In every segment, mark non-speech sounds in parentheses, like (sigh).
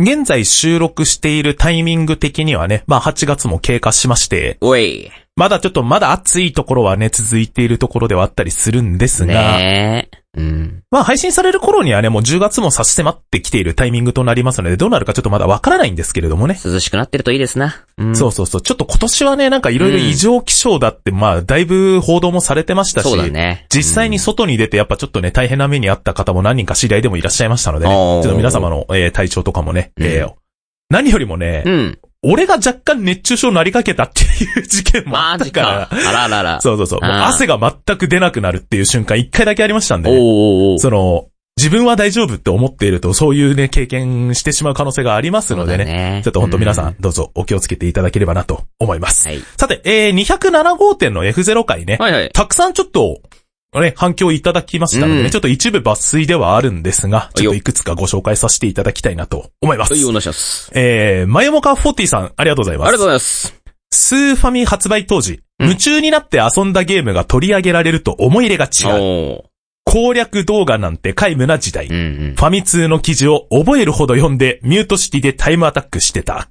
現在収録しているタイミング的にはね、まあ8月も経過しまして、おい。まだちょっとまだ暑いところはね、続いているところではあったりするんですが、ねえ。うん。まあ配信される頃にはね、もう10月も差し迫ってきているタイミングとなりますので、どうなるかちょっとまだわからないんですけれどもね。涼しくなってるといいですな。うん。そうそうそう。ちょっと今年はね、なんかいろいろ異常気象だって、まあ、だいぶ報道もされてましたし、そうだね。実際に外に出てやっぱちょっとね、大変な目にあった方も何人か知り合いでもいらっしゃいましたのでね、おーちょっと皆様の、えー体調とかもね、うんえー何よりもね、うん。俺が若干熱中症になりかけたっていう事件もあマったジか。、からあらあらあら。そうそうそう。もうあー汗が全く出なくなるっていう瞬間一回だけありましたんでおーね、おーおーその、自分は大丈夫って思っていると、そういうね、経験してしまう可能性がありますのでね。ねちょっと本当皆さ、うんどうぞお気をつけていただければなと思います。はい。さて、えー、207号店の F0 回ね、はいはい。たくさんちょっと、ね、反響いただきましたのでね、うんちょっと一部抜粋ではあるんですが、いちょよっといくつかご紹介させていただきたいなと思いますは。い、お願いします。えー、マヨモカ40さん、ありがとうございあまりす。がとうございます。スーファミ発売当時、うん夢中になって遊んだゲームが取り上げられると思い入れが違う。おー攻略動画なんて皆無な時代。うんうんファミ通の記事を覚えるほど読んで、ミュートシティでタイムアタックしてた。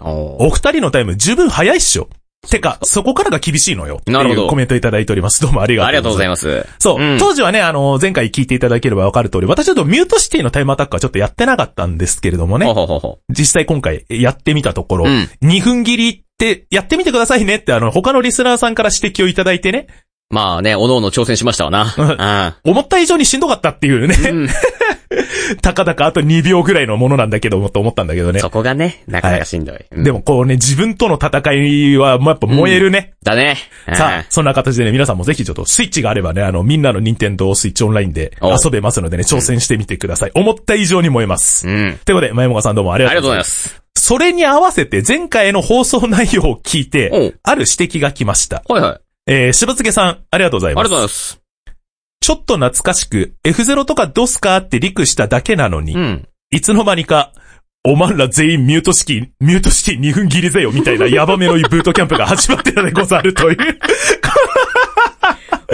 おーお二人のタイム十分早いっしょ。てか、そこからが厳しいのよ。なるほどっていうコメントいただいております。どうもありがありがととううごござざいまいす。ます。そう、うん当時はね、あの、前回聞いていただければわかる通り、私ちょっとミュートシティのタイムアタックはちょっとやってなかったんですけれどもほうね、ほうほうほ実際今回やってみたところ、う。うん。 2分切りってやってみてくださいねってあの、他のリスナーさんから指摘をいただいてね、まあね、おのおの挑戦しました (laughs) わな。思った以上にしんどかったっていうね、うん。うん。 (laughs) たかだかあと2秒ぐらいのものなんだけどもと思ったんだけどね。そこがね、なかなかしんどい。うんでもこうね、自分との戦いは、まあ、やっぱ燃えるね。だね。さあ、そんな形でね、皆さんもぜひちょっとスイッチがあればね、あの、みんなの任天堂スイッチオンラインでお遊べますのでね、挑戦してみてください。思った以上に燃えます。うん。うん。ということで、前もがさんどうもありあがりとがうごとうござざいいま。ますす。それに合わせて、前回への放送内容を聞いおてう、ある指摘が来ました。はいはい。あえー、しぶつけさん、ありがとうございりがますとうご。ざいます。ちょっと懐かしく、F0 とかドスカーってリクしただけなのに、うん。いつの間にか、おまんら全員ミュート式、ミュート式2分切りぜよみたいなヤバめのブートキャンプが始まってたでござるという。 (laughs)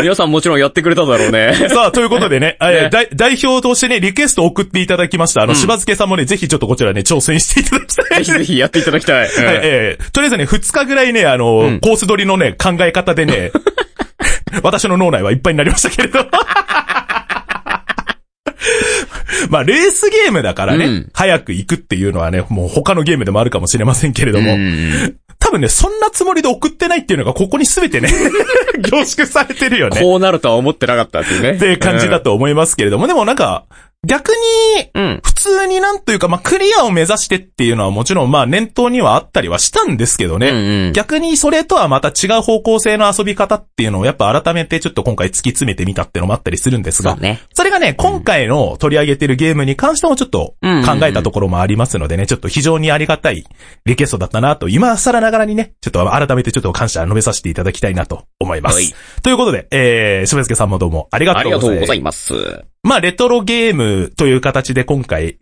皆さんもちろんやってくれただろうね。さあ、ということでね、えね代代表としてね、リクエストを送っていただきました。あの、うん柴漬さんもね、ぜひちょっとこちらね、挑戦していただきたい。ぜひぜひやっていただきたい。う (laughs) んはいえーとりあえずね、2日ぐらいね、あの、うんコース取りのね、考え方で (laughs) ね、私の脳内はいっぱいになりましたけれど。 (laughs) まあ、レースゲームだからね、うん早く行くっていうのはね、もう他のゲームでもあるかもしれませんけれども、うん多分ね、そんなつもりで送ってないっていうのが、ここに全 (laughs) てね、凝縮されてるよね。こうなるとは思ってなかったっていうね。っって感じだ。と思いますけれども、でもなんか、逆に、うん。普通になんというか、まあ、クリアを目指してっていうのはもちろん、まあ、念頭にはあったりはしたんですけどうね。んうん。逆にそれとはまた違う方向性の遊び方っていうのをやっぱ改めてちょっと今回突き詰めてみたっていうのもあったりするんですそがう、ね。それがね、今回の取り上げてるゲームに関してもちょっとうんうんうん考えたところもありますのでね、ちょっと非常にありがたいリクエストだったなと、今更ながらにね、ちょっと改めてちょっと感謝述べさせていただきたいなと思いまはいす。ということで、えー、しぶすけさんもどうもありがあとりうごがとざいまうごすざ。います。まあ、レトロゲームという形で今回、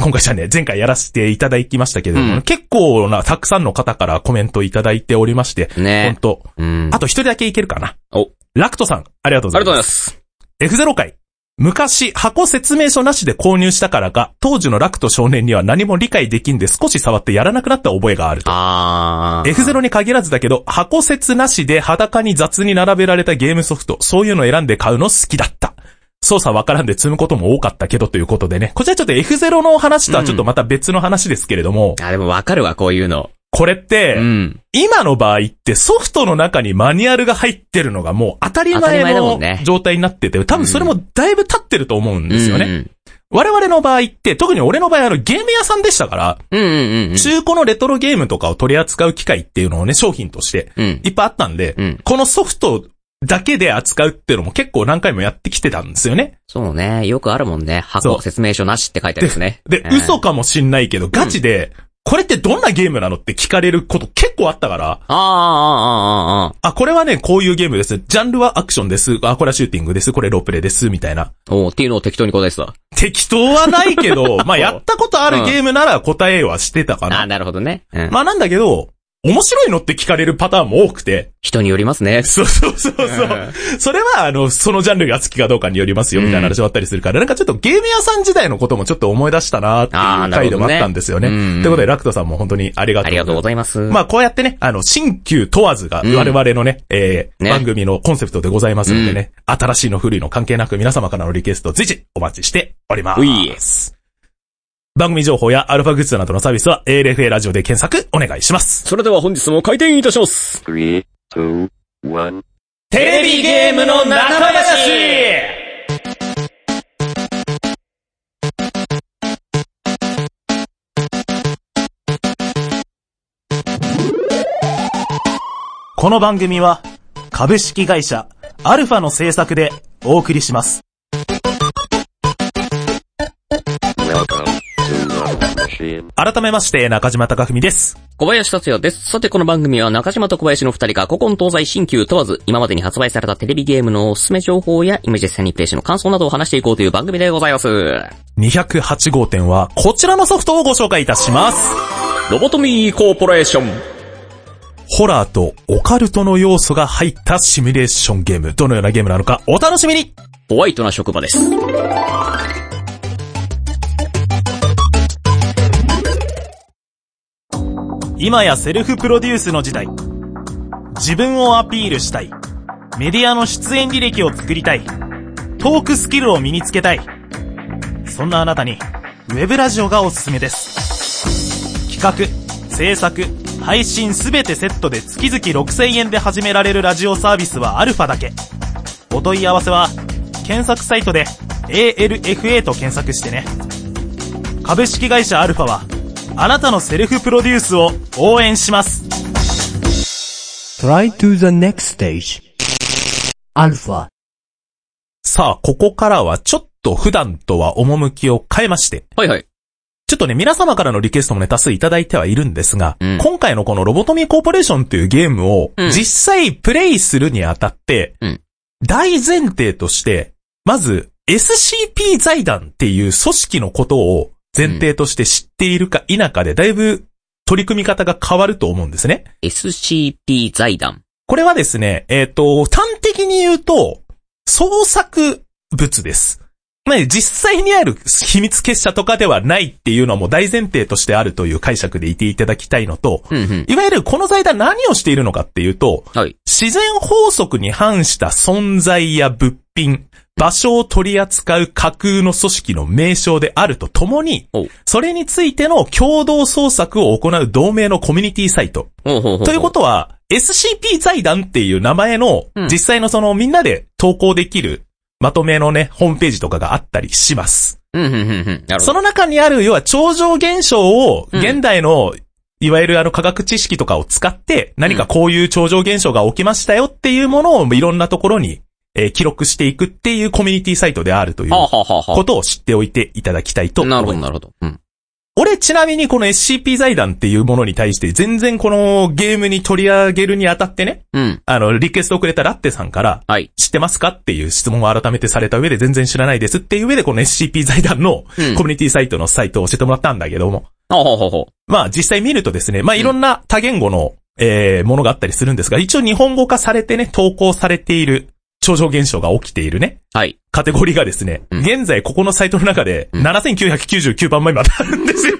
今回じゃね、前回やらせていただきましたけれども、うん結構な、たくさんの方からコメントいただいておりまして、本ね。当うん。あと一人だけいけるかな。おラクトさん、ありがとうござありがいま。とうございますす。 F0 回。昔、箱説明書なしで購入したからか、当時のラクト少年には何も理解できんで少し触ってやらなくなった覚えがあると。あー。 F0 に限らずだけど、箱説なしで裸に雑に並べられたゲームソフト、そういうの選んで買うの好きだった。操作わからんで積むことも多かったけどということでね。こちらちょっと F0 の話とはちょっとまた別の話ですけれども、あ、でもわかるわ、こういうの。これっうて、ん。今の場合ってソフトの中にマニュアルが入ってるのがもう当たり当たり前前だものんね状態になってて、多分それもだいぶ経ってると思うんですよね。ね。我々の場合って、特に俺の場合あのゲーム屋さんでしたから、うんうんうん。中古のレトロゲームとかを取り扱う機会っていうのをね、商品としてうん。いっぱいあったんで、うん。このソフトだけで扱うっていうのも結構何回もやってきてたんですよね。そうね。よくあるもんね。そう箱説明書なしって書いてあるんですね。で、うん嘘かもしんないけど、ガチで、これってどんなゲームなのって聞かれること結構あったから、あーあーあーあーああ、これはね、こういうゲームです。ジャンルはアクションです。あ、これはシューティングです。これロープレイです。みたいな。ーおーっていうのを適当に答えてた。適当はない (laughs) けど、まあ、やったことあるゲームなら答えはしてたかあなー、。なるほどね。うん。まあなんだけど、面白いのって聞かれるパターンも多くて。人によりますね。そうそうそうそう。うんそれは、あの、そのジャンルが好きかどうかによりますよ、みたいな話もあったりするから、なんかちょっとゲーム屋さん時代のこともちょっと思い出したなってあいーうなる回ほでどねもあったんですよね。うんということで、ラクトさんも本当にありがとあうりがとうごいざいます。まあ、こうやってね、あの、新旧問わずが、うん我々のね、えーね番組のコンセプトでございますのでね、新しいの古いの関係なく皆様からのリクエストを随時お待ちしておりまういえす。番組情報やアルファグッズなどのサービスは ALFA ラジオで検索お願いします。それでは本日も開店いたします。 Three, two, one. テレビゲームの中話この番組は株式会社アルファの制作でお送りします。 Welcome to Love Machine. 改めまして中島貴文です。小林達也です。さてこの番組は中島と小林の二人が古今東西新旧問わず、今までに発売されたテレビゲームのおすすめ情報やイメージ戦にプレイしの感想などを話していこうという番組でございます。 208号店はこちらのソフトをご紹介いたします。ロボトミーコーポレーション。ホラーとオカルトの要素が入ったシミュレーションゲーム。どのようなゲームなのかお楽しみにホワイトな職場です。今やセルフプロデュースの時代。自分をアピールしたい。メディアの出演履歴を作りたい。トークスキルを身につけたい。そんなあなたに、ウェブラジオがおすすめです。企画、制作、配信すべてセットで月々6000円で始められるラジオサービスはアルファだけ。お問い合わせは、検索サイトで ALFA と検索してね。株式会社アルファは、あなたのセルフプロデュースを応援します。 Try to the next stage. Alpha. さあ、ここからはちょっと普段とは趣を変えまして、はいはい。ちょっとね、皆様からのリクエストもね、多数いただいてはいるんですが、うん今回のこのロボトミーコーポレーションっていうゲームを、うん実際プレイするにあたって、うん大前提として、まず、SCP 財団っていう組織のことを前提として知っているか否かで、だいぶ取り組み方が変わると思うんですね。 SCP 財団。これはですね、えっ、と、端的に言うと、創作物です。まあ、実際にある秘密結社とかではないっていうのはもう大前提としてあるという解釈でいていただきたいのと、うんうん。いわゆるこの財団何をしているのかっていうと、はい。自然法則に反した存在や物品、場所を取り扱う架空の組織の名称であるとともにおう、それについての共同創作を行う同盟のコミュニティサイト、ほうほうほということは、SCP 財団っていう名前のうん、実際のそのみんなで投稿できる、まとめのね、ホームページとかがあったりします。うんうんうんうん。なるほそど。の中にある、要は、超常現象を、うん現代の、いわゆるあの科学知識とかを使って、何かこういう超常現象が起きましたよっていうものをいろんなところに、えー記録していくっていうコミュニティサイトであるというはあ、はあはあこはとを知っておいていただきたいとあ。思いまなするほど、。なるほど。うん。俺ちなみにこの SCP 財団っていうものに対して全然このゲームに取り上げるにあたってね、うん。あの、リクエストをくれたラッテさんから、はい。知ってますかっていう質問を改めてされた上で全然知らないですっていう上でこの SCP 財団のうんコミュニティサイトのサイトを教えてもらったんだけども、ほうほうほうほまあ実際見るとですね、まあいろんな多言語の、えーものがあったりするんですが、一応日本語化されてね、投稿されている、超常現象が起きているね、う。はい。カテゴリーがですね、うん現在ここのサイトの中で7999番目まであるんですよ。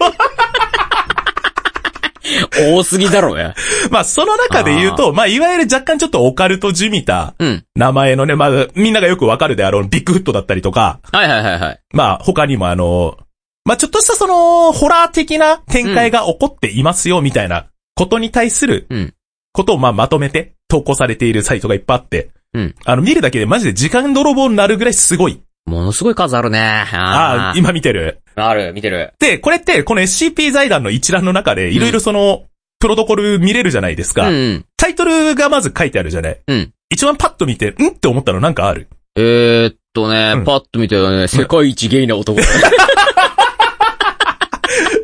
多すぎだろうね。 (laughs) まあ、その中で言うと、まあ、いわゆる若干ちょっとオカルトじみたうん。名前のね、まあ、みんながよくわかるであろう、ビッグフットだったりとか、はいはいはいはい。まあ、他にもあの、まあ、ちょっとしたその、ホラー的な展開が起こっていますよ、みたいなことに対するうん。ことを、まあ、まとめて投稿されているサイトがいっぱいあって、うん。あの、見るだけでマジで時間泥棒になるぐらいすごい。ものすごい数あるね。あああ、今見てる。あ。ある、見てる。で、これって、この SCP 財団の一覧の中で、いろいろその、プロトコル見れるじゃないですうか。ん。タイトルがまず書いてあるじゃない。うん。一番パッと見て、んって思ったのなんかある。 (laughs) えーっとね、うんパッと見てね、世界一ゲイ (laughs) な男。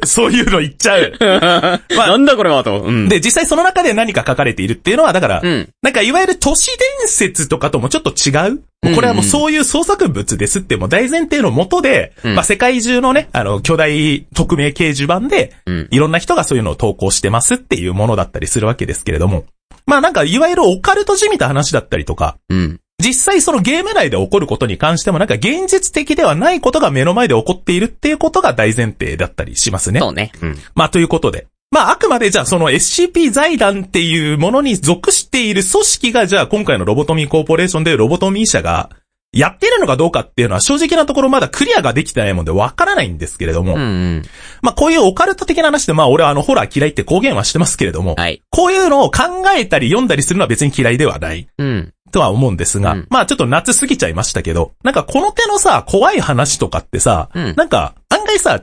そういうの言っちゃう。なんだこれはと。うん。で、実際その中で何か書かれているっていうのは、だから、うん。なんかいわゆる都市伝説とかともちょっと違うもうこれはもううんうんそういう創作物ですってもう大前提のもとで、うんまあ世界中のね、あの、巨大匿名掲示板で、うん。いろんな人がそういうのを投稿してますっていうものだったりするわけですけれども。まあなんか、いわゆるオカルトじみた話だったりとか、うん。実際そのゲーム内で起こることに関してもなんか現実的ではないことが目の前で起こっているっていうことが大前提だったりしますね。そうね。うん。まあということで。まああくまでじゃあその SCP 財団っていうものに属している組織がじゃあ今回のロボトミーコーポレーションでロボトミー社がやってるのかどうかっていうのは正直なところまだクリアができてないもんでわからないんですけれども、うんうん。まあこういうオカルト的な話でまあ俺はあのホラー嫌いって公言はしてますけれども、はい。こういうのを考えたり読んだりするのは別に嫌いではない。うん。とは思うんですが、うんまあちょっと夏過ぎちゃいましたけど、なんかこの手のさ、怖い話とかってさ、うんなんか案外さ、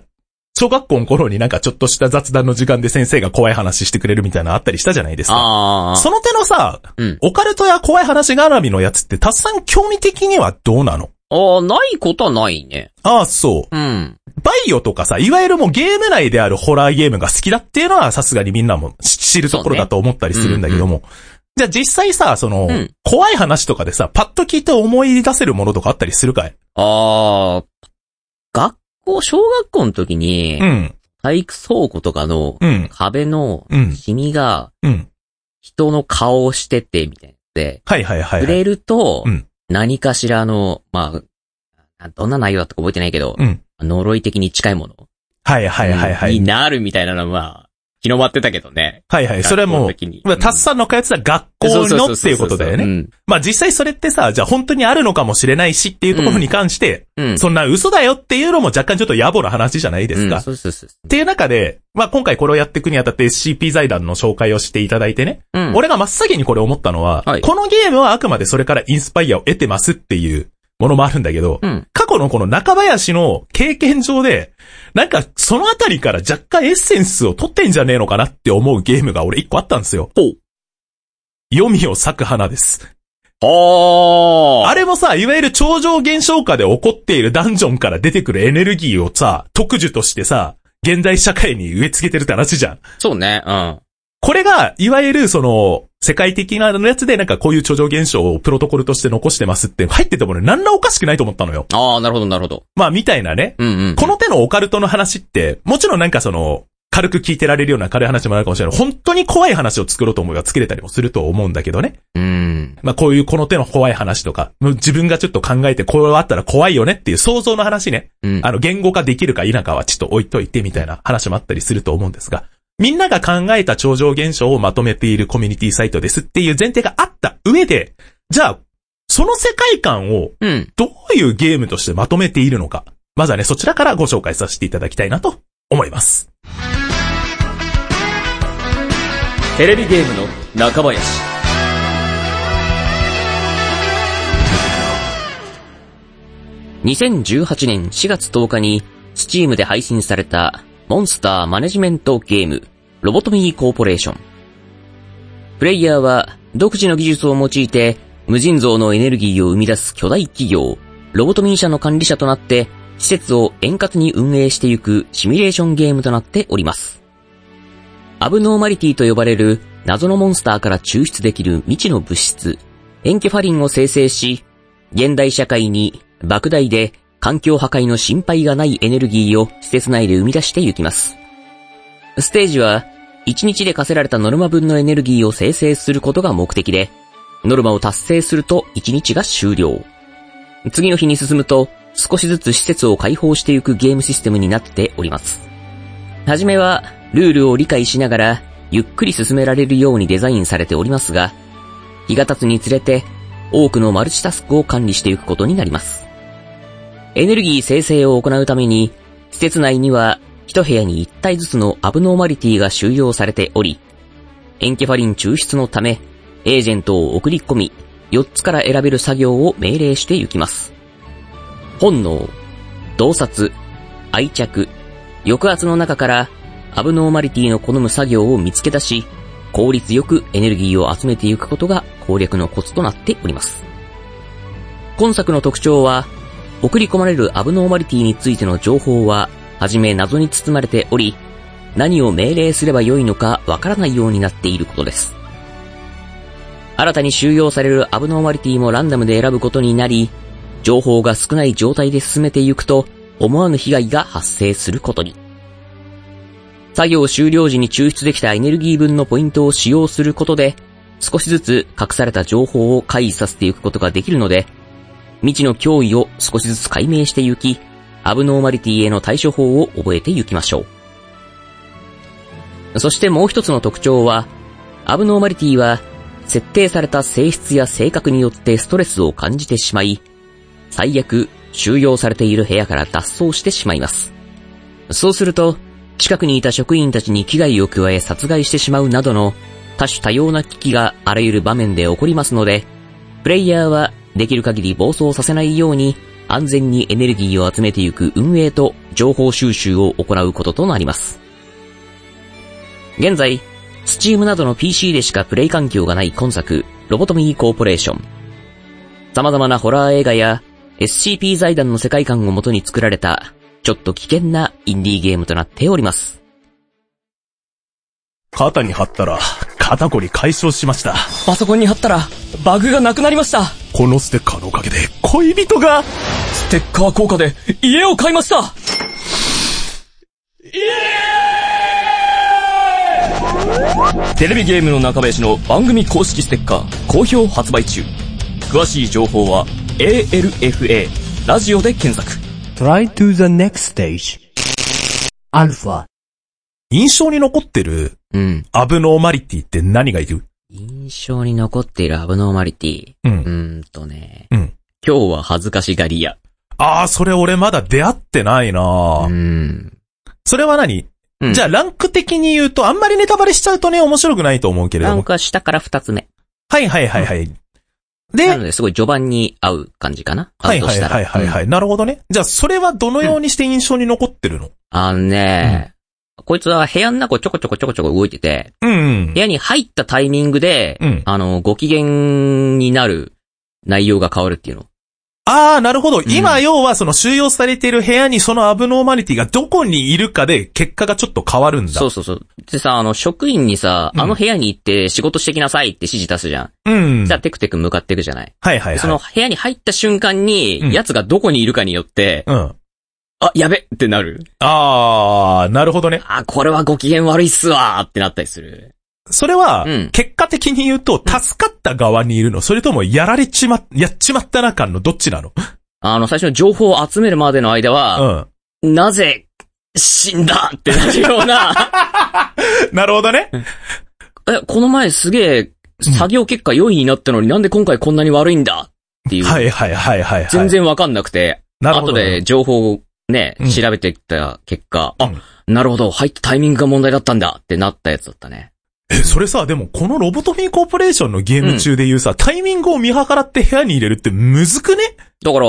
小学校の頃になんかちょっとした雑談の時間で先生が怖い話してくれるみたいなのあったりしたじゃないですか。ああ。その手のさ、うんオカルトや怖い話絡みのやつって、たっさん興味的にはどうなのああ、ないことはないね。ああ、そう。うん。バイオとかさ、いわゆるもうゲーム内であるホラーゲームが好きだっていうのはさすがにみんなも知知るところだと思ったりするんだけども。じゃあ実際さ、その、うん怖い話とかでさ、パッと聞いて思い出せるものとかあったりするかいああ、学校、小学校の時にう、ん、体育倉庫とかのうん、壁のうん、シミがうん。人の顔をしてて、みたいな。で、はいはいはいは触い。れるとうん、何かしらの、まあ、どんな内容だったか覚えてないけどう、ん。呪い的に近いもの。はいはいはいはにい。なるみたいなのは、広まってたけどね。はいはい。それはもう学校の時に、まあ、たっさんの通ってた学校のっていうことだよね。ね。まあ実際それってさ、じゃあ本当にあるのかもしれないしっていうところに関して、うん。そんな嘘だよっていうのも若干ちょっと野暮な話じゃないでうすんか。そうそうそうそっていう中で、まあ、今回これをやっていくにあたって SCP 財団の紹介をしていただいてね、う。うん。俺が真っ先にこれ思ったのは、はいこのゲームはあくまでそれからインスパイアを得てますっていうものもあるんだけど、うん。過去のこの中林の経験上で、なんかそのあたりから若干エッセンスを取ってんじゃねえのかなって思うゲームが俺一個あったんですよ。ほう読みを咲く花です。ああれもさ、いわゆる超常現象下で起こっているダンジョンから出てくるエネルギーをさ、特需としてさ、現代社会に植え付けてるって話じゃん。そうね。うん。これが、いわゆる、その、世界的なやつで、なんかこういう超常現象をプロトコルとして残してますって入っててもね、なんらおかしくないと思ったのよ。ああ、なるほど、なるほど。まあ、みたいなね。うんうん。この手のオカルトの話って、もちろんなんかその、軽く聞いてられるような軽い話もあるかもしれない。本当に怖い話を作ろうと思えば作れたりもすると思うんだけどね。うん。まあこういうこの手の怖い話とか、自分がちょっと考えてこれはあったら怖いよねっていう想像の話ね。うん。あの、言語化できるか否かはちょっと置いといてみたいな話もあったりすると思うんですが、みんなが考えた超常現象をまとめているコミュニティサイトですっていう前提があった上で、じゃあ、その世界観をうん。どういうゲームとしてまとめているのか、まずはね、そちらからご紹介させていただきたいなと思います。テレビゲームの中林。2018年4月10日に、スチームで配信された、モンスターマネジメントゲーム、ロボトミーコーポレーション。プレイヤーは、独自の技術を用いて、無尽蔵のエネルギーを生み出す巨大企業、ロボトミー社の管理者となって、施設を円滑に運営していくシミュレーションゲームとなっております。アブノーマリティと呼ばれる謎のモンスターから抽出できる未知の物質、エンケファリンを生成し、現代社会に莫大で環境破壊の心配がないエネルギーを施設内で生み出していきます。ステージは、1日で課せられたノルマ分のエネルギーを生成することが目的で、ノルマを達成すると1日が終了。次の日に進むと、少しずつ施設を開放していくゲームシステムになっております。はじめは、ルールを理解しながら、ゆっくり進められるようにデザインされておりますが、日が経つにつれて、多くのマルチタスクを管理していくことになります。エネルギー生成を行うために、施設内には、一部屋に一体ずつのアブノーマリティが収容されており、エンケファリン抽出のため、エージェントを送り込み、4つから選べる作業を命令していきます。本能、洞察、愛着、抑圧の中から、アブノーマリティの好む作業を見つけ出し、効率よくエネルギーを集めていくことが攻略のコツとなっております。今作の特徴は、送り込まれるアブノーマリティについての情報は、はじめ謎に包まれており、何を命令すればよいのかわからないようになっていることです。新たに収容されるアブノーマリティもランダムで選ぶことになり、情報が少ない状態で進めていくと、思わぬ被害が発生することに。作業終了時に抽出できたエネルギー分のポイントを使用することで、少しずつ隠された情報を回避させていくことができるので、未知の脅威を少しずつ解明していき、アブノーマリティへの対処法を覚えていきましょう。そしてもう一つの特徴は、アブノーマリティは、設定された性質や性格によってストレスを感じてしまい、最悪、収容されている部屋から脱走してしまいます。そうすると、近くにいた職員たちに危害を加え殺害してしまうなどの多種多様な危機があらゆる場面で起こりますので、プレイヤーはできる限り暴走させないように安全にエネルギーを集めていく運営と情報収集を行うこととなります。現在、Steam などの PC でしかプレイ環境がない今作、ロボトミーコーポレーション。様々なホラー映画や SCP 財団の世界観をもとに作られた、ちょっと危険なインディーゲームとなっております。肩に貼ったら、肩こり解消しました。パソコンに貼ったら、バグがなくなりました。このステッカーのおかげで、恋人が、ステッカー効果で家を買いましたテレビゲームの中林の番組公式ステッカー好評発売中。詳しい情報は ALFA ラジオで検索。 Try to the next stage. Alpha. 印象に残ってる、うん。アブノーマリティって何がいる印象に残っているアブノーマリティ。う。うんーんとね。うん。今日は恥ずかしがり屋。ああ、それ俺まだ出会ってないなうぁーん。それは何、うんじゃあランク的に言うと、あんまりネタバレしちゃうとね、面白くないと思うけれラどンも。クは下から二つ目。はいはいはいはい。なので、で、すごい序盤に合う感じかな。はい合はうとしいたらはいはいはい。うんなるほどね。じゃあそれはどのようにして印象に残ってるのあのね、こいつは部屋の中をちょこちょこちょこちょこ動いてて、うんうん部。屋に入ったタイミングで、うんあの、ご機嫌になる内容が変わるっていうの。ああ、なるほど。今、要は、その収容されている部屋にそのアブノーマリティがどこにいるかで、結果がちょっと変わるんだ。そうそうそう。でさ、あの、職員にさ、うんあの部屋に行って仕事してきなさいって指示出すじゃん。うん。じはゃあいテクテク向かっていくじゃない。はいはい。その部屋に入った瞬間に、うん奴がどこにいるかによって、うん。あ、やべってなる。ああ、なるほどね。あ、これはご機嫌悪いっすわーってなったりする。それはうん、結果的に言うと、助かった側にいるのそれとも、やられちま、やっちまったな感のどっちなのあの、最初の情報を集めるまでの間うは、ん。なぜ、死んだってなるような、 (laughs) なるほどね。え、この前すげえ、作業結果良いになったのになんで今回こんなに悪いんだっていう。はいはいはいはいはい。全。然わかんなくて、なるほ後どね。で情報をねうん、調べてきた結果、うあん、なるほど、入ったタイミングが問題だったんだってなったやつだったね。え、それさ、でも、このロボトミーコーポレーションのゲーム中で言うさ、タイミングを見計らって部屋に入れるって、むずくねだから、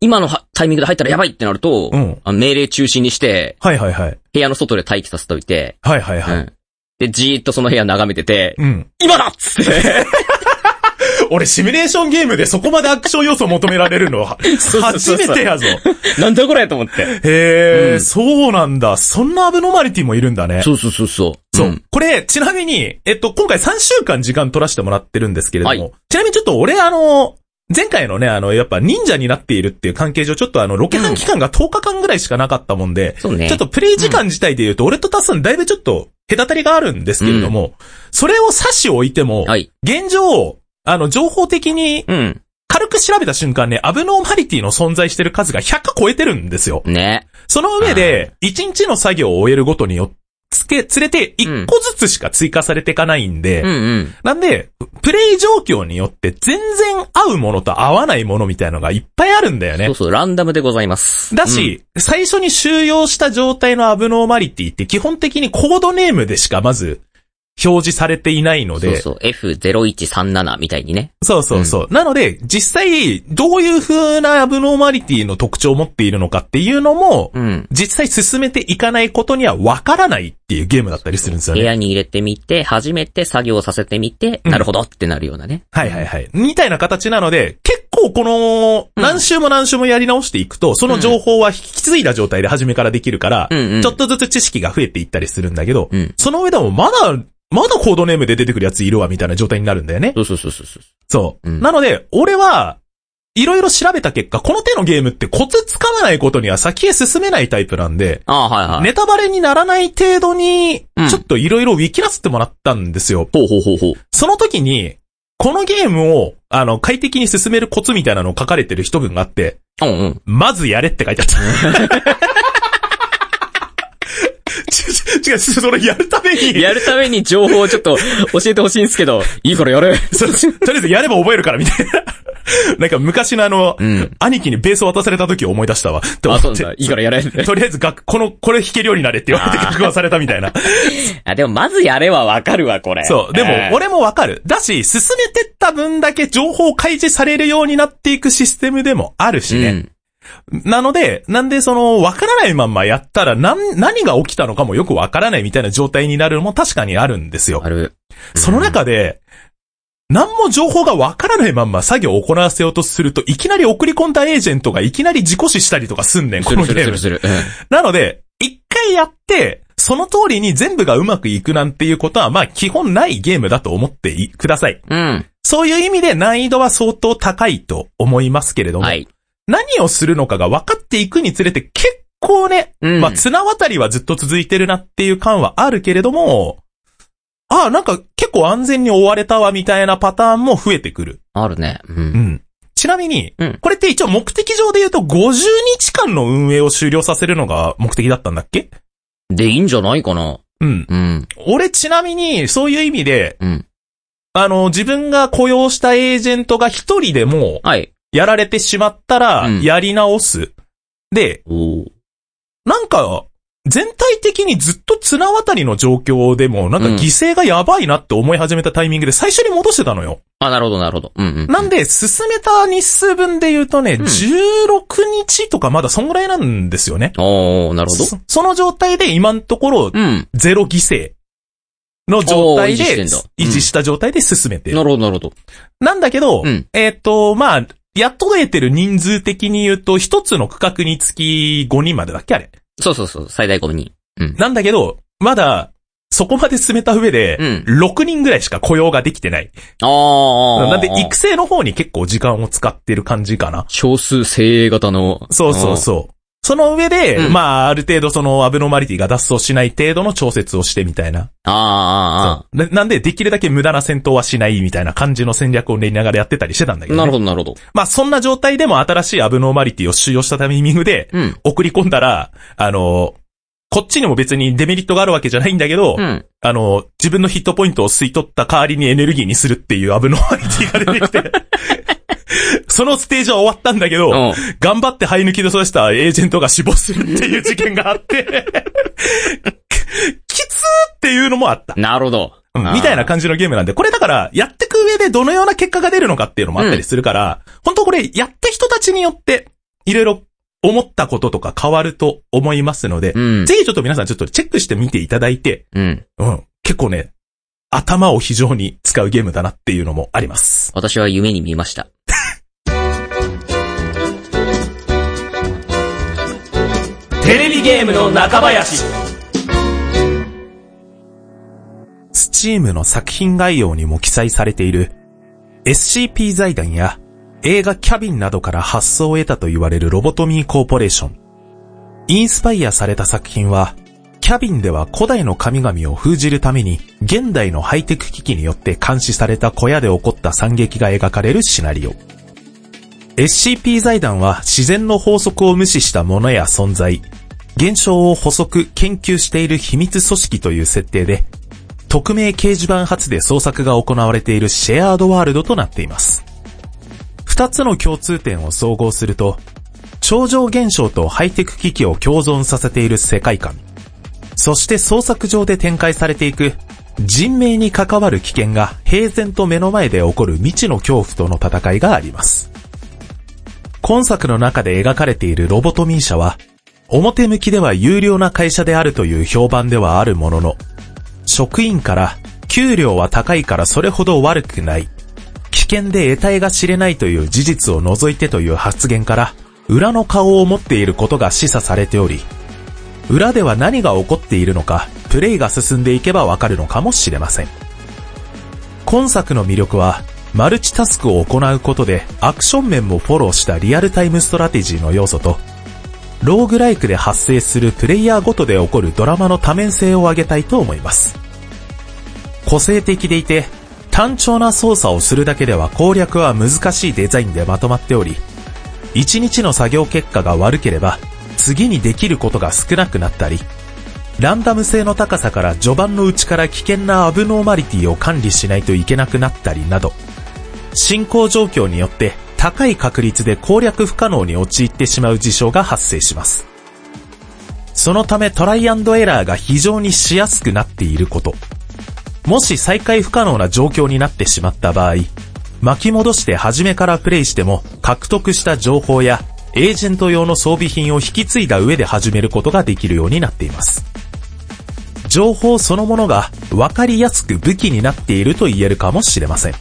今のはタイミングで入ったらやばいってなると、うん。あ命令中心にして、はいはいはい。部屋の外で待機させといて、はいはいはうい。んで、じーっとその部屋眺めてて、うん。今だっつって、 (laughs) 俺シミュレーションゲームでそこまでアクション要素求められるのは (laughs) そうそうそ初うそうめてやぞ。なんだこれと思って。へえ、うんそうなんだ。そんなアブノーマリティもいるんだね。そうそうそうそう。そう。んこれ、ちなみに、えっと、今回3週間時間取らせてもらってるんですけれども、はいちなみにちょっと俺、あの、前回のね、あの、やっぱ忍者になっているっていう関係上、ちょっとあの、ロケハン期間が10日間ぐらいしかなかったもんで、そうね。ちょっとプレイ時間自体で言うと、俺とタスさんだいぶちょっと隔たりがあるんですけれども、それを差し置いても、はい。現状、あの、情報的にうん。軽く調べた瞬間ね、アブノーマリティの存在してる数が100超えてるんですよ。ね。その上で、1日の作業を終えるごとによっつけ、連れて1個ずつしか追加されていかないんで、うんうん。なんで、プレイ状況によって全然合うものと合わないものみたいのがいっぱいあるんだよそねう。そう、ランダムでございます。だし、最初に収容した状態のアブノーマリティって基本的にコードネームでしかまず表示されていないのうん、そでう、そう、F0137 みたいにね。そうそうそう。なので、実際、どういう風なアブノーマリティの特徴を持っているのかっていうのも、うん。実際進めていかないことにはわからないっていうゲームだったりするんですよ部ね。屋に入れてみて、初めて作業させてみて、うんなるほどってなるようなね。はいはいはい。みたいな形なので、結構この、うん何週も何週もやり直していくと、その情報は引き継いだ状態で初めからできるからう、んうん。ちょっとずつ知識が増えていったりするんだけどう、ん。その上でもまだまだコードネームで出てくるやついるわ、みたいな状態になるんだよね。そうそうそうそうそう。そう。うんなので、俺は、いろいろ調べた結果、この手のゲームってコツつかまないことには先へ進めないタイプなんで、ああ、はいはい。ネタバレにならない程度にうん、ちょっといろいろウィキらせてもらったんですよ。ほうほうほうほう。その時に、このゲームを、あの、快適に進めるコツみたいなのを書かれてる一文があって、うんうん。まずやれって書いてあ (laughs) った。ちち違う、それやるために、やるために情報をちょっと (laughs) 教えてほしいんですけど、いいからやれ。そうとりあえずやれば覚えるからみたいな。 (laughs) なんか昔のあの、うん。兄貴にベース渡された時を思い出したわ。って思あ、ってそうなんだ。いいからやれ。とりあえず楽、この、これ弾けるようになれって言われて覚悟されたみ (laughs) たいな。 (laughs) あ、でもまずやれはわかるわ、これ。そう。でもえ、ー俺もわかる。だし、進めてった分だけ情報を開示されるようになっていくシステムでもあるしね。なので、なんでその、わからないまんまやったら、なん、何が起きたのかもよくわからないみたいな状態になるのも確かにあるんですうん。よ。ある。その中で、何も情報がわからないまんま作業を行わせようとすると、いきなり送り込んだエージェントがいきなり自己死したりとかすんねん、こすのるゲするーすムる。する。なので、一回やって、その通りに全部がうまくいくなんていうことは、まあ基本ないゲームだと思っていください。うん。そういう意味で難易度は相当高いと思いますけれどうん。も、はい。何をするのかが分かっていくにつれて結構ね、うんまあ綱渡りはずっと続いてるなっていう感はあるけれども、ああ、なんか結構安全に追われたわみたいなパターンも増えてくる。あるね。う。うんん。ちなみに、うんこれって一応目的上で言うと50日間の運営を終了させるのが目的だったんだっけで、いいんじゃないかな。うん。うん。俺ちなみに、そういう意味で、うん。あの、自分が雇用したエージェントが一人でも、はい。やられてしまったら、うんやり直す。で、おーなんか、全体的にずっと綱渡りの状況でも、なんかうん犠牲がやばいなって思い始めたタイミングで最初に戻してたのよ。あ、なるほど、なるほど。うんうん。なんで、進めた日数分で言うとね、ん16日とかまだそんぐらいなんですよね。おー、なるほど。そその状態で今のところ、うん。ゼロ犠牲の状態で、おー維持してんだ維持した状態で進めてるなるほど、なるほど。なんだけど、うんえーっ、と、まあ、やっと得てる人数的に言うと、一つの区画につき5人までだっけあれ。そうそうそう、最大5人。なんだけど、まだ、そこまで進めた上で、う6人ぐらいしか雇用ができてない。あー。なんで、育成の方に結構時間を使ってる感じかな。少数精鋭型の。そうそうそう。その上で、うんまあ、ある程度そのアブノマリティが脱走しない程度の調節をしてみたいな。あーあー、そあうななんで、できるだけ無駄な戦闘はしないみたいな感じの戦略を練りながらやってたりしてたんだけーど、ね。なるほど、なるほど。まあそんな状態でも新しいアブノーマリティを収容したタイミングで、うん。送り込んだら、あの、こっちにも別にデメリットがあるわけじゃないんだけど、うん。あの、自分のヒットポイントを吸い取った代わりにエネルギーにするっていうアブノーマリティが出てき (laughs) て、そのステージは終わったんだけど、うん。頑張って生え抜きで育てたエージェントが死亡するっていう事件があって、 (laughs) きつーっていうのもあった。なるほど。うんみたいな感じのゲームなんで、これだから、やってく上でどのような結果が出るのかっていうのもあったりするから、本当これ、やった人たちによって、いろいろ思ったこととか変わると思いますので、うん。ぜひちょっと皆さんちょっとチェックしてみていただいて、うん。うん、結構ね、頭を非常に使うゲームだなっていうのもあります。私は夢に見ました。テレビゲームの中林。スチームの作品概要にも記載されている SCP 財団や映画キャビンなどから発想を得たと言われるロボトミーコーポレーション。インスパイアされた作品は、キャビンでは古代の神々を封じるために現代のハイテク機器によって監視された小屋で起こった惨劇が描かれるシナリオ。SCP 財団は自然の法則を無視したものや存在、現象を補足、研究している秘密組織という設定で、匿名掲示板発で捜索が行われているシェアードワールドとなっています。二つの共通点を総合すると、超常現象とハイテク機器を共存させている世界観、そして捜索上で展開されていく人命に関わる危険が平然と目の前で起こる未知の恐怖との戦いがあります。今作の中で描かれているロボトミー社は、表向きでは有料な会社であるという評判ではあるものの、職員から、給料は高いからそれほど悪くない。危険で得体が知れないという事実を除いてという発言から、裏の顔を持っていることが示唆されており、裏では何が起こっているのか、プレイが進んでいけばわかるのかもしれません。今作の魅力は、マルチタスクを行うことでアクション面もフォローしたリアルタイムストラテジーの要素と、ローグライクで発生するプレイヤーごとで起こるドラマの多面性を上げたいと思います。個性的でいて、単調な操作をするだけでは攻略は難しいデザインでまとまっており、一日の作業結果が悪ければ、次にできることが少なくなったり、ランダム性の高さから序盤のうちから危険なアブノーマリティを管理しないといけなくなったりなど、進行状況によって高い確率で攻略不可能に陥ってしまう事象が発生します。そのためトライアンドエラーが非常にしやすくなっていること。もし再開不可能な状況になってしまった場合、巻き戻して初めからプレイしても獲得した情報やエージェント用の装備品を引き継いだ上で始めることができるようになっています。情報そのものが分かりやすく武器になっていると言えるかもしれません。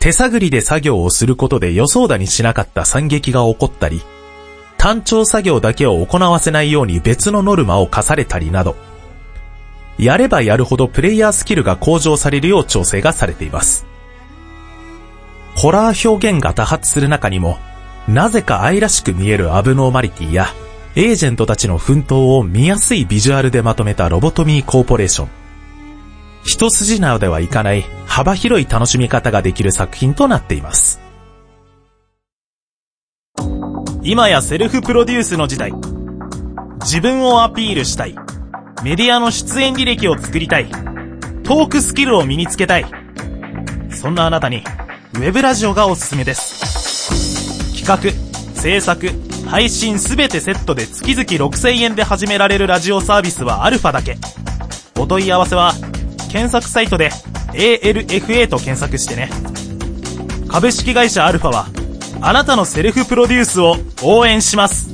手探りで作業をすることで予想だにしなかった惨劇が起こったり、単調作業だけを行わせないように別のノルマを課されたりなど、やればやるほどプレイヤースキルが向上されるよう調整がされています。ホラー表現が多発する中にも、なぜか愛らしく見えるアブノーマリティや、エージェントたちの奮闘を見やすいビジュアルでまとめたロボトミーコーポレーション。一筋縄ではいかない幅広い楽しみ方ができる作品となっています。今やセルフプロデュースの時代。自分をアピールしたい。メディアの出演履歴を作りたい。トークスキルを身につけたい。そんなあなたに、ウェブラジオがおすすめです。企画、制作、配信すべてセットで月々6000円で始められるラジオサービスはアルファだけ。お問い合わせは、検索サイトで ALFA と検索してね。株式会社アルファは、あなたのセルフプロデュースを応援します。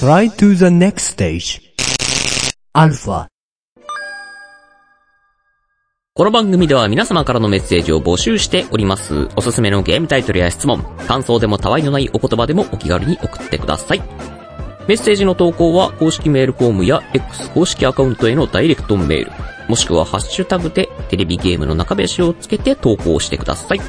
Try to the next stage. Alpha. この番組では皆様からのメッセージを募集しております。おすすめのゲームタイトルや質問、感想でもたわいのないお言葉でもお気軽に送ってください。メッセージの投稿は公式メールフォームや X 公式アカウントへのダイレクトメール、もしくはハッシュタグでテレビゲームの中林をつけて投稿してください。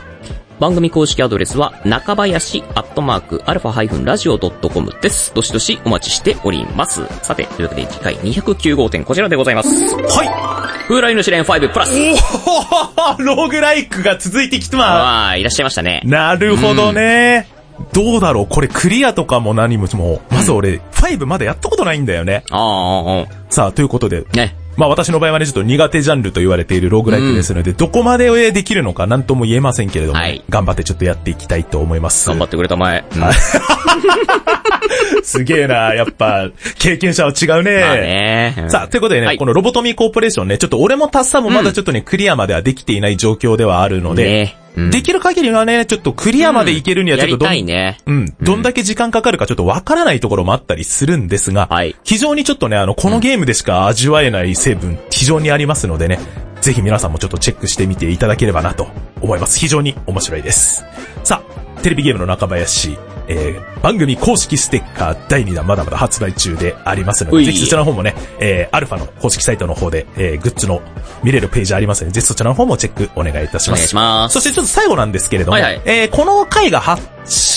番組公式アドレスは、中林アットマークアルファハイフンラジオドットコムです。どしどしお待ちしております。さて、というわけで次回209号店こちらでございます。は風来の試練5プラス。い。おおローグライクが続いてきてまああ、いらっしゃいましたねす。。なるほどね。どうだろうこれクリアとかも何も、もう、まず俺、5まだやったことないんだよね。ああ、ああさあ、ということで、ね。まあ私の場合はね、ちょっと苦手ジャンルと言われているローグライクですので、どこまでできるのか何とも言えませんけれども、はい頑張ってちょっとやっていきたいと思います。頑張ってくれたまえ。うん、すげえな、やっぱ、経験者は違うね。 (laughs) まあね。うんさあ、ということでね、はいこのロボトミーコーポレーションね、ちょっと俺もタッサンもまだちょっとね、クリアまではできていない状況ではあるので、ねうんできる限りはね、ちょっとクリアまでいけるにはちょやっとりどん、たいね。うん、どんだけ時間かかるかちょっとわからないところもあったりするんですが、はい非常にちょっとね、あの、このゲームでしか味わえない成分、非常にありますのでね、ぜひ皆さんもちょっとチェックしてみていただければなと思います。非常に面白いです。さあ、テレビゲームの中林、えー、番組公式ステッカー第2弾まだまだ発売中でありますのうで、いぜひそちらの方もね、えー、アルファの公式サイトの方で、えー、グッズの見れるページありますので、ぜひそちらの方もチェックお願いいたしおま願いすし。ます。そしてちょっと最後なんですけれども、はいはいえーこの回がは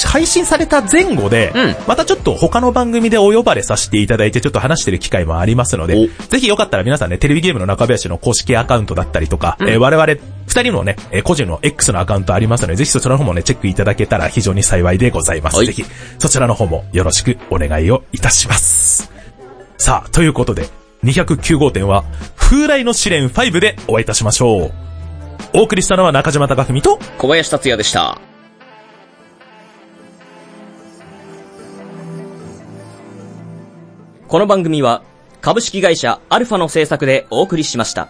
配信された前後で、うんまたちょっと他の番組でお呼ばれさせていただいて、ちょっと話してる機会もありますので、ぜひよかったら皆さんね、テレビゲームの中林の公式アカウントだったりとか、えー我々二人のね、えー個人の X のアカウントありますので、ぜひそちらの方もね、チェックいただけたら非常に幸いでございます。はいぜひ、そちらの方もよろしくお願いをいたします。さあ、ということで、209号店は、風来の試練5でお会いいたしましょう。お送りしたのは中島貴文と、小林達也でした。この番組は株式会社アルファの制作でお送りしました。